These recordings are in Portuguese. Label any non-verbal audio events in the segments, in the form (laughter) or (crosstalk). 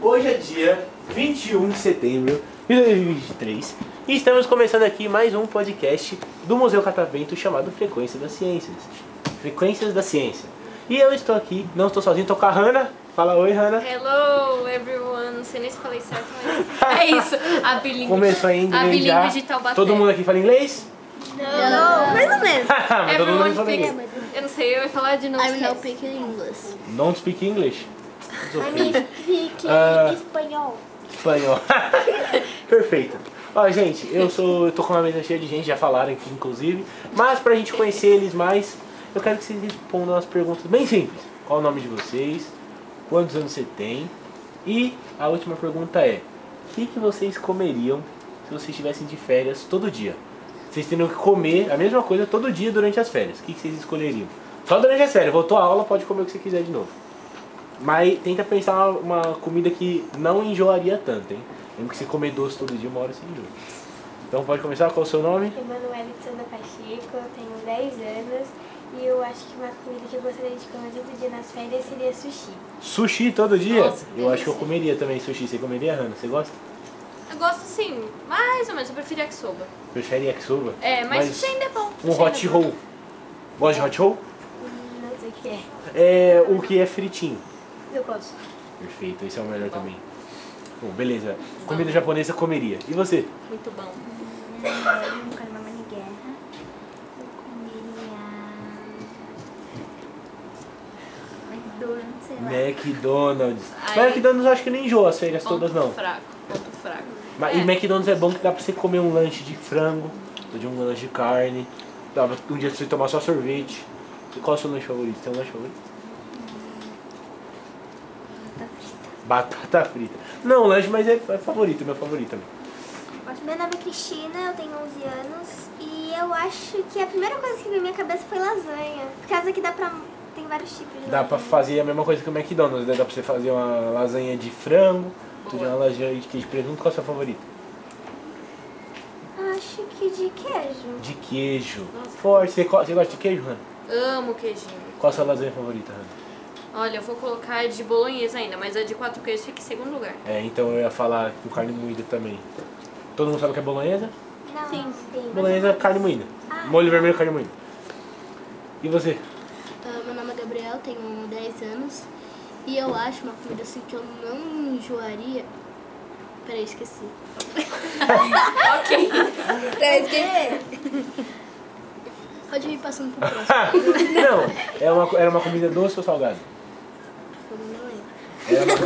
Hoje é dia 21 de setembro de 2023 e estamos começando aqui mais um podcast do Museu Catavento chamado Frequência das Ciências. Frequências da Ciência. E eu estou aqui, não estou sozinho, estou com a Hanna. Fala oi, Hanna. Hello, everyone. Não sei nem se falei certo, (laughs) mas é isso. A bilíngue. Começou ainda. A né, já. bilíngue de Taubaté. Todo mundo aqui fala inglês? Tá, Hello. Mais (laughs) ou menos. Mas todo mundo Everyone fala speaks. inglês. Eu não sei, eu ia falar de novo. é assim. I'm not esquece. speaking English. Don't speak English. (laughs) Speaking Ah. espanhol. Espanhol. (laughs) Perfeito. Ó, gente, eu sou. Eu tô com uma mesa cheia de gente, já falaram aqui, inclusive. Mas pra gente conhecer eles mais, eu quero que vocês respondam as perguntas bem simples. Qual o nome de vocês? Quantos anos você tem? E a última pergunta é: o que, que vocês comeriam se vocês estivessem de férias todo dia? Vocês teriam que comer a mesma coisa todo dia durante as férias. O que, que vocês escolheriam? Só durante as férias. Voltou a aula, pode comer o que você quiser de novo. Mas tenta pensar uma, uma comida que não enjoaria tanto, hein? Lembra que se comer doce todo dia, uma hora você enjoa. Então pode começar, qual é o seu nome? Emanuele de Santa Pacheco, eu tenho 10 anos e eu acho que uma comida que eu gostaria de comer todo dia nas férias seria sushi. Sushi todo dia? Nossa, que eu acho que eu delícia. comeria também sushi. Você comeria, Hannah? Você gosta? Eu gosto sim, mais ou menos. Eu prefiro yakisoba. Prefere yakisoba? É, mas, sushi ainda é bom. Um sushi hot ainda é bom. roll. Gosta de hot roll? Hum, Não sei o que é. É o que é fritinho. Eu gosto. Perfeito, esse é o melhor também. Bom, beleza. Comida japonesa comeria. E você? Muito bom. É, Eu nunca numa de guerra. Eu comeria. McDonald's, sei lá. Né? McDonald's. Aí- Mas McDonald's eu acho que nem enjoa as férias Ponto todas não. fraco, ponto fraco. Mas, E É. McDonald's é bom que dá pra você comer um lanche de frango, ou de um lanche de carne, dá pra, um dia pra você tomar só sorvete. E qual é o seu lanche favorito? Tem um lanche favorito? Batata frita. Não, lanche, mas é, é favorito, meu favorito também. Meu nome é Cristina, eu tenho 11 anos e eu acho que a primeira coisa que veio na minha cabeça foi lasanha. Por causa que dá pra. tem vários tipos de Dá pra lasanha. fazer a mesma coisa que o McDonald's, né? Dá pra você fazer uma lasanha de frango, outro dia uma lasanha de queijo de presunto. Qual é o seu favorito? Acho que de queijo. De queijo. Forte. Você, co- você gosta de queijo, Hannah? Amo queijinho. Qual é a sua lasanha favorita, Hannah? Olha, eu vou colocar de bolonhesa ainda, mas a de quatro queijos fica em segundo lugar. É, então eu ia falar com carne moída também. Todo mundo sabe o que é bolonhesa? Não, Sim. sim. Bolonhesa, carne moída. Molho vermelho, carne moída. E você? Ah, meu nome é Gabriel, tenho 10 anos. E eu acho uma comida assim que eu não enjoaria. Peraí, esqueci. ok. Peraí, esqueci. Pode ir passando pro próximo, Ah, Não, era uma, era uma comida doce ou salgada? eu não lembro. Era uma...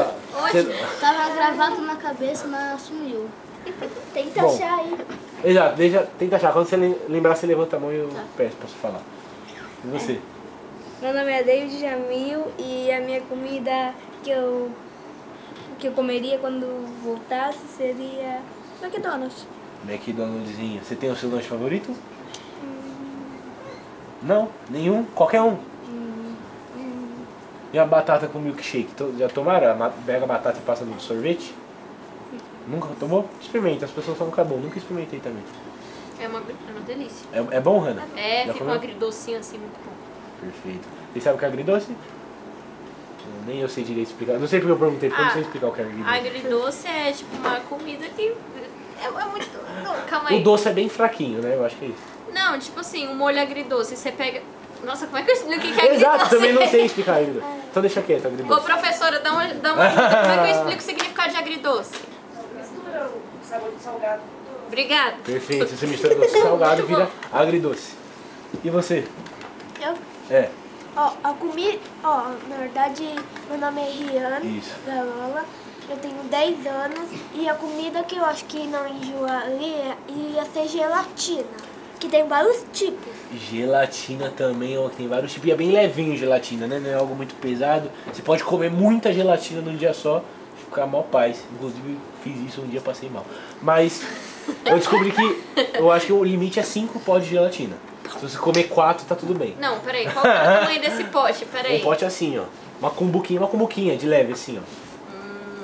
sa- Você- Tava gravado na cabeça, mas sumiu. Tenta Bom. achar aí. Exato, deixa, tenta achar. Quando você lem- lembrar, você levanta a mão e eu Tá. peço pra você falar. E você? Meu nome é David Jamil e a minha comida que eu, que eu comeria quando voltasse seria McDonald's. McDonald'zinho. Você tem o seu lanche favorito? Não? Nenhum? Qualquer um? E a batata com milkshake? To- Já tomaram? A ma- Pega a batata e passa no sorvete? Nunca tomou? Experimenta, as pessoas falam que é bom. Nunca experimentei também. É uma, é uma delícia. É, é bom, Hannah? É, Já fica um comeu? agridocinho assim, muito bom. Perfeito. E sabe o que é agridoce? Eu Nem eu sei direito explicar. Não sei porque eu perguntei, porque eu não Ah, sei explicar o que é agridoce. Agridoce é tipo uma comida que. É, é muito. Não, calma O aí. doce é bem fraquinho, né? Eu acho que é isso. Não, tipo assim, um molho agridoce. Você pega. Nossa, como é que eu explico o que que é agridoce? Exato, também não sei explicar agridoce. Então deixa quieto, (laughs) Ô, agridoce. professora, dá uma, dá uma ajuda. Como é que eu explico o significado de agridoce? Mistura o sabor do salgado. Obrigada. Perfeito, você mistura doce e salgado e Muito bom. vira agridoce. E você? Eu? É, Ó, a comida. Ó, na verdade, meu nome é Rian Isso. Garola. Eu tenho 10 anos e a comida que eu acho que não enjoaria ia ser gelatina. Que tem vários tipos. gelatina também, ó, que tem vários tipos. E é bem levinho gelatina, né? Não é algo muito pesado. Você pode comer muita gelatina num dia só e ficar mal paz. Inclusive, fiz isso um dia, passei mal. Mas eu descobri que eu acho que o limite é 5 potes de gelatina. Se você comer 4, tá tudo bem. Não, peraí, qual que era o tamanho (laughs) desse pote? Peraí. Hum. Um pote assim, ó. Uma cumbuquinha, uma cumbuquinha de leve, assim, ó.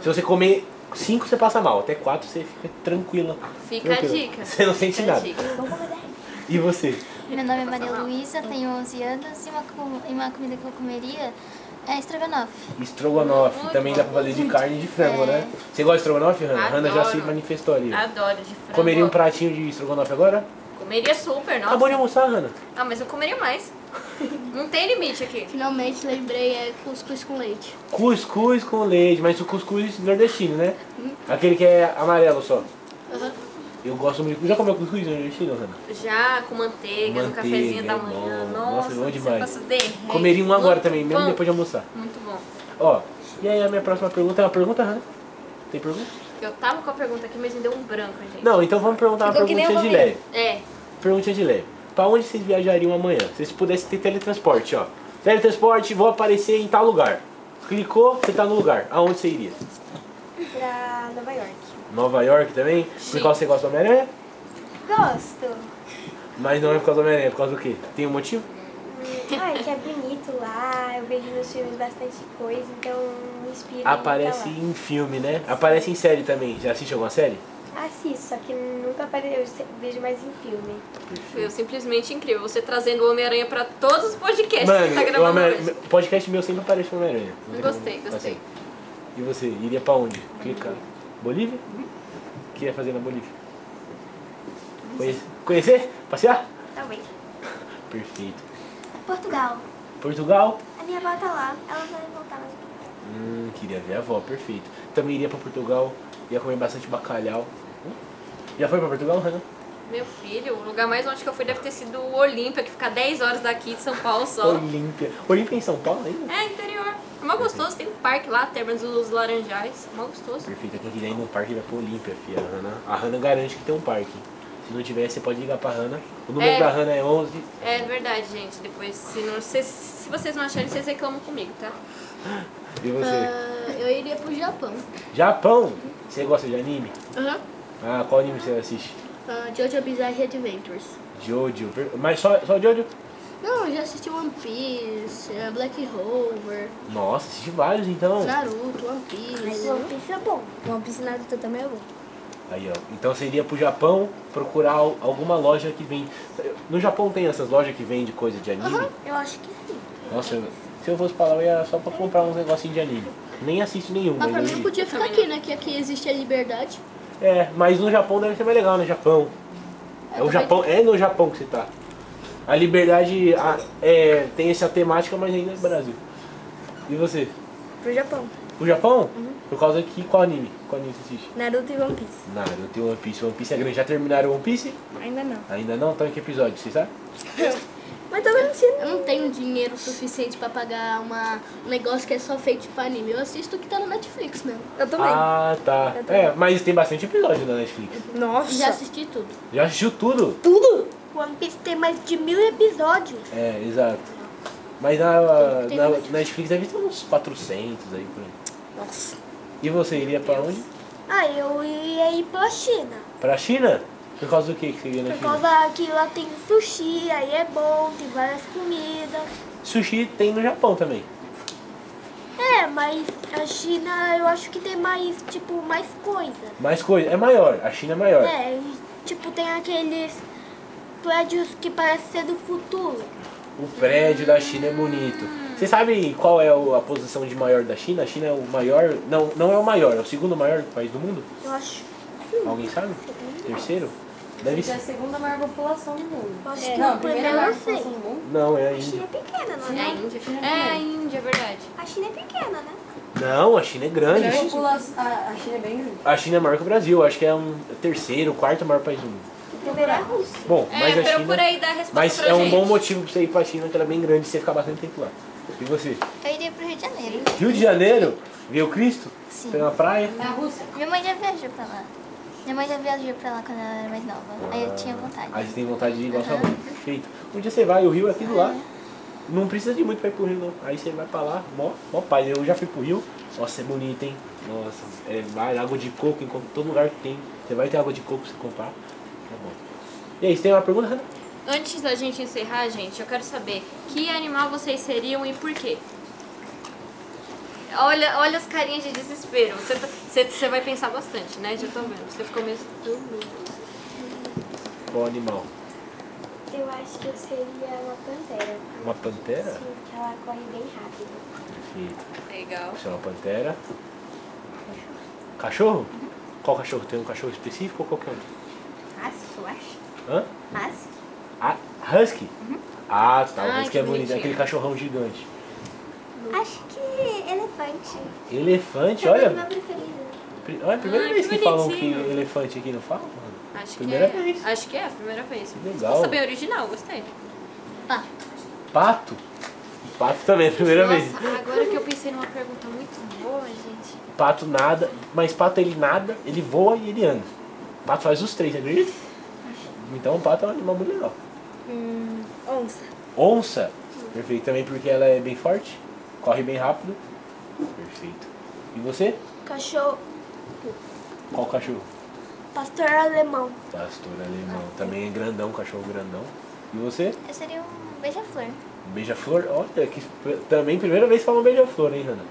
Se você comer cinco você passa mal, até quatro você fica tranquila. Fica a Tranquila. dica. Você não sente Fica a nada. dica. E você? Meu nome é Maria Luísa, tenho 11 anos e uma, com- e uma comida que eu comeria é estrogonofe. Estrogonofe, Muito também dá pra fazer de carne e de frango, É. né? Você gosta de estrogonofe, Hanna? Hanna já se Adoro. manifestou ali. Adoro de frango. Comeria um pratinho de estrogonofe agora? Comeria super, nossa. Acabou de almoçar, Hanna? Ah, mas eu comeria mais. Não tem limite aqui. Finalmente lembrei, é cuscuz com leite. Cuscuz com leite, mas o cuscuz nordestino, né? Aquele que é amarelo só. Uhum. Eu gosto muito. Já comeu cuscuz nordestino, Hanna? Já com manteiga, no Manteiga, cafezinho da é manhã. bom. Nossa, Nossa, é bom você demais. passa- derrete. Comeria um agora Muito também, mesmo Hum, bom. depois de almoçar. Muito bom. Ó, e aí a minha próxima pergunta é uma pergunta, Hanna? Tem pergunta? Eu tava com a pergunta aqui, mas me deu um branco, gente. Não, então vamos perguntar uma Ficou que nem pergunta de o Romeu. leve. É, Pergunta de leve. Pra onde vocês viajariam amanhã? Se vocês pudessem ter teletransporte, ó. Teletransporte, vou aparecer em tal lugar. Clicou, você tá no lugar. Aonde você iria? Pra Nova York. Nova York também? Por Sim. causa que você gosta do Homem-Aranha? Gosto. Mas não é por causa do Homem-Aranha, é por causa do quê? Tem um motivo? Ah, é que é bonito lá, eu vejo nos filmes bastante coisa, então me inspira. em ir pra Aparece lá. em filme, né? Aparece em série também. Já assiste alguma série? Assisto, só que nunca apareceu, eu se- vejo mais em filme. foi simplesmente incrível. Você trazendo o Homem-Aranha pra todos os podcasts que tá Mano, o gravando Homem- hoje. podcast meu sempre aparece o Homem-Aranha. Não tem Gostei, como- gostei. assim. E você, iria pra onde? Clica. Bolívia? Uhum. O que ia fazer na Bolívia? Conhecer? Conhecer? Passear? Tá Talvez. Perfeito. Portugal. Portugal? A minha avó tá lá. Ela vai voltar mais um pouco. Hum, queria ver a avó, perfeito. Também iria pra Portugal, ia comer bastante bacalhau. Hum? Já foi pra Portugal, Renan? Meu filho, o lugar mais longe que eu fui deve ter sido o Olímpia, que fica 10 horas daqui de São Paulo só. Olímpia. Olímpia em São Paulo ainda? É, interior. É mó gostoso, tem um parque lá, Termas dos Laranjais. É Mó gostoso. Perfeito, é quem quiser ir num parque vai pra Olímpia, fia. A Hanna, a Hanna garante que tem um parque. Se não tiver, você pode ligar pra Hanna. O número É. da Hanna é 11. É verdade, gente. Depois, se, não, se, se vocês não acharem, vocês reclamam comigo, tá? E você? Ah, eu iria pro Japão. Japão! Você gosta de anime? Ah, qual anime você assiste? Ah, Jojo Bizarre Adventures. Jojo. per- Mas só, só Jojo? Não, eu já assisti One Piece, eh, Black Rover, Nossa, assisti vários então. Naruto, One Piece. Isso é bom. Uma piscina do também é bom. Aí, ó. Então você iria pro Japão procurar al- alguma loja que vende. No Japão tem essas lojas que vendem coisa de anime? Eu acho que sim. Nossa, eu- se eu fosse pra lá, eu ia só pra comprar uns negocinhos de anime. Nem assisto nenhum, Ah, mas pra eu mim iria. podia ficar aqui, né? Que aqui existe a liberdade. É, mas no Japão deve ser mais legal, né? Japão. É, o também. Japão, é no Japão que você tá. A liberdade a- é, tem essa temática, mas ainda é Brasil. E você? Pro Japão. Uhum. O Japão? Por causa que qual anime? Qual anime você assiste? Naruto e One Piece. Naruto e One Piece. One Piece é grande. Já terminaram One Piece? Ainda não. Ainda não? Estão em que episódio, vocês sabem? Mas também não sei. Eu não tenho dinheiro suficiente pra pagar uma, um negócio que é só feito pra anime. Eu assisto o que tá no Netflix mesmo. Eu também. Ah, tá. Eu também. É, mas tem bastante episódio na Netflix. Nossa. Já assisti tudo. Já assistiu tudo? tudo? One Piece tem mais de mil episódios. É, exato. Mas na, na, Netflix. na Netflix deve ter uns 400 aí por aí. Nossa. E você iria pra onde? Ah, eu ia ir pra China. Pra China? Por causa do que que você iria na Por China? causa que lá tem sushi, aí é bom, tem várias comidas. Sushi tem no Japão também. É, mas a China eu acho que tem mais, tipo, mais coisa. Mais coisa. É maior. A China é maior. É, e, tipo, tem aqueles prédios que parecem ser do futuro. O prédio da China é bonito. Você sabe qual é o- a posição de maior da China? A China é o maior. Não, não é o maior, é o segundo maior país do mundo? Eu acho. Alguém sabe? Terceiro? Deve Índia é a ser. segunda maior população do mundo. Eu acho É, que não, o a primeira primeiro maior eu sei. população do mundo. Não, é a A China Índia. é pequena, não É a é? Índia. É a Índia, é verdade. A China é pequena, né? Não, a China é grande. A população- A, a China é bem grande. A China é maior que o Brasil. Acho que é um terceiro, quarto maior país do mundo. O primeiro é a Rússia. Bom, mas É, a procura China. aí dar a resposta Mas pra é um gente. bom motivo pra você ir pra China, que ela é bem grande e você ficar bastante tempo lá. E você? Eu iria pro Rio de Janeiro. Rio de Janeiro? Viu Cristo? Sim. Foi na praia? Na Rússia. Minha mãe já viajou pra lá. Minha mãe já viajou pra lá quando ela era mais nova. Aí eu tinha vontade. Aí você tem vontade de ir igual sua mãe. Perfeito. Um dia você vai, o rio é aqui do lado. Não precisa de muito pra ir pro rio, não. Aí você vai pra lá, mó, mó paz. Eu já fui pro rio. Nossa, é bonito, hein? Nossa, é mais água de coco em co- todo lugar que tem. Você vai ter água de coco se comprar. Tá bom. E aí, você tem uma pergunta, Renan? Antes da gente encerrar, gente, eu quero saber que animal vocês seriam e por quê? Olha, olha as carinhas de desespero. Você, tá- você, você vai pensar bastante, né? Já tô vendo. Você ficou meio. assim, "Hum, Qual animal? Eu acho que eu seria uma pantera. Uma pantera? Sim, Assim, porque ela corre bem rápido. Perfeito. Legal. Você é uma pantera. Cachorro? Qual cachorro? Tem um cachorro específico ou qualquer um? Husky, eu acho. Hã? Husky. Ah, husky? Ah, tá. O Uhum. Ai, husky que é bonito. É bonitinho. aquele cachorrão gigante. Acho que elefante. Elefante, Também é olha. meu preferido. pri- Olha, é a primeira Tá Ai, vez que, que falam que bonitinho. elefante aqui não fala, mano. Acho Primeira que é. vez. Acho que é a primeira vez. Legal. Nossa, bem original, gostei. Pato? Pato também, é a primeira vez. Nossa, agora que eu pensei numa pergunta muito boa, gente. Pato nada, mas pato ele nada, ele voa e ele anda. Pato faz os três, acredita? Então o pato é um animal muito legal. Onça. Onça, perfeito também porque ela é bem forte, corre bem rápido. Perfeito. E você? Cachorro. Qual cachorro? Pastor alemão. Pastor alemão. Também é grandão, cachorro grandão. E você? Eu seria um beija-flor. Um Beija-flor? Olha, que também primeira vez que fala um beija-flor, hein, Hanna?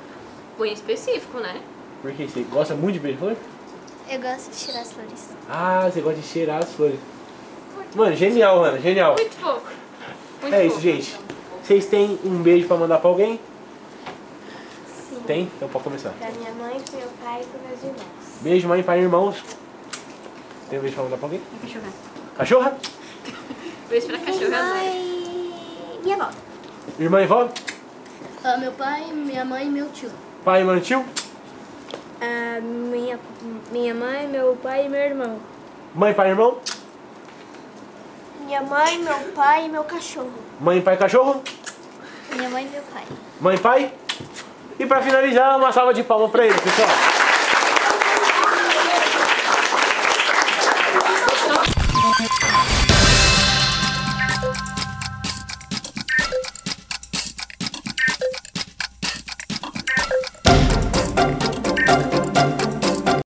Foi em específico, né? Porque você gosta muito de beija-flor? Eu gosto de tirar as flores. Ah, você gosta de cheirar as flores. Mano, genial, Hanna, genial. Muito fofo. Muito É isso, fofo. gente. Vocês têm um beijo pra mandar pra alguém? Tem? Então pode começar. Pra minha mãe, pro meu pai e pros meus irmãos. Beijo, mãe, pai, irmãos. Tem um beijo pra mandar pra alguém? Cachorra. Cachorra? (laughs) Beijo pra cachorra. Zóia. Mãe. Minha avó. Irmã e vó? Ah, meu pai, minha mãe e meu tio. Pai, mano, tio? A Ah, minha, minha mãe, meu pai e meu irmão. Mãe, pai, irmão? Minha mãe, meu pai e meu cachorro. Mãe, pai, cachorro? Minha mãe e meu pai. Mãe, pai? E pra finalizar, uma salva de palmas pra ele, pessoal.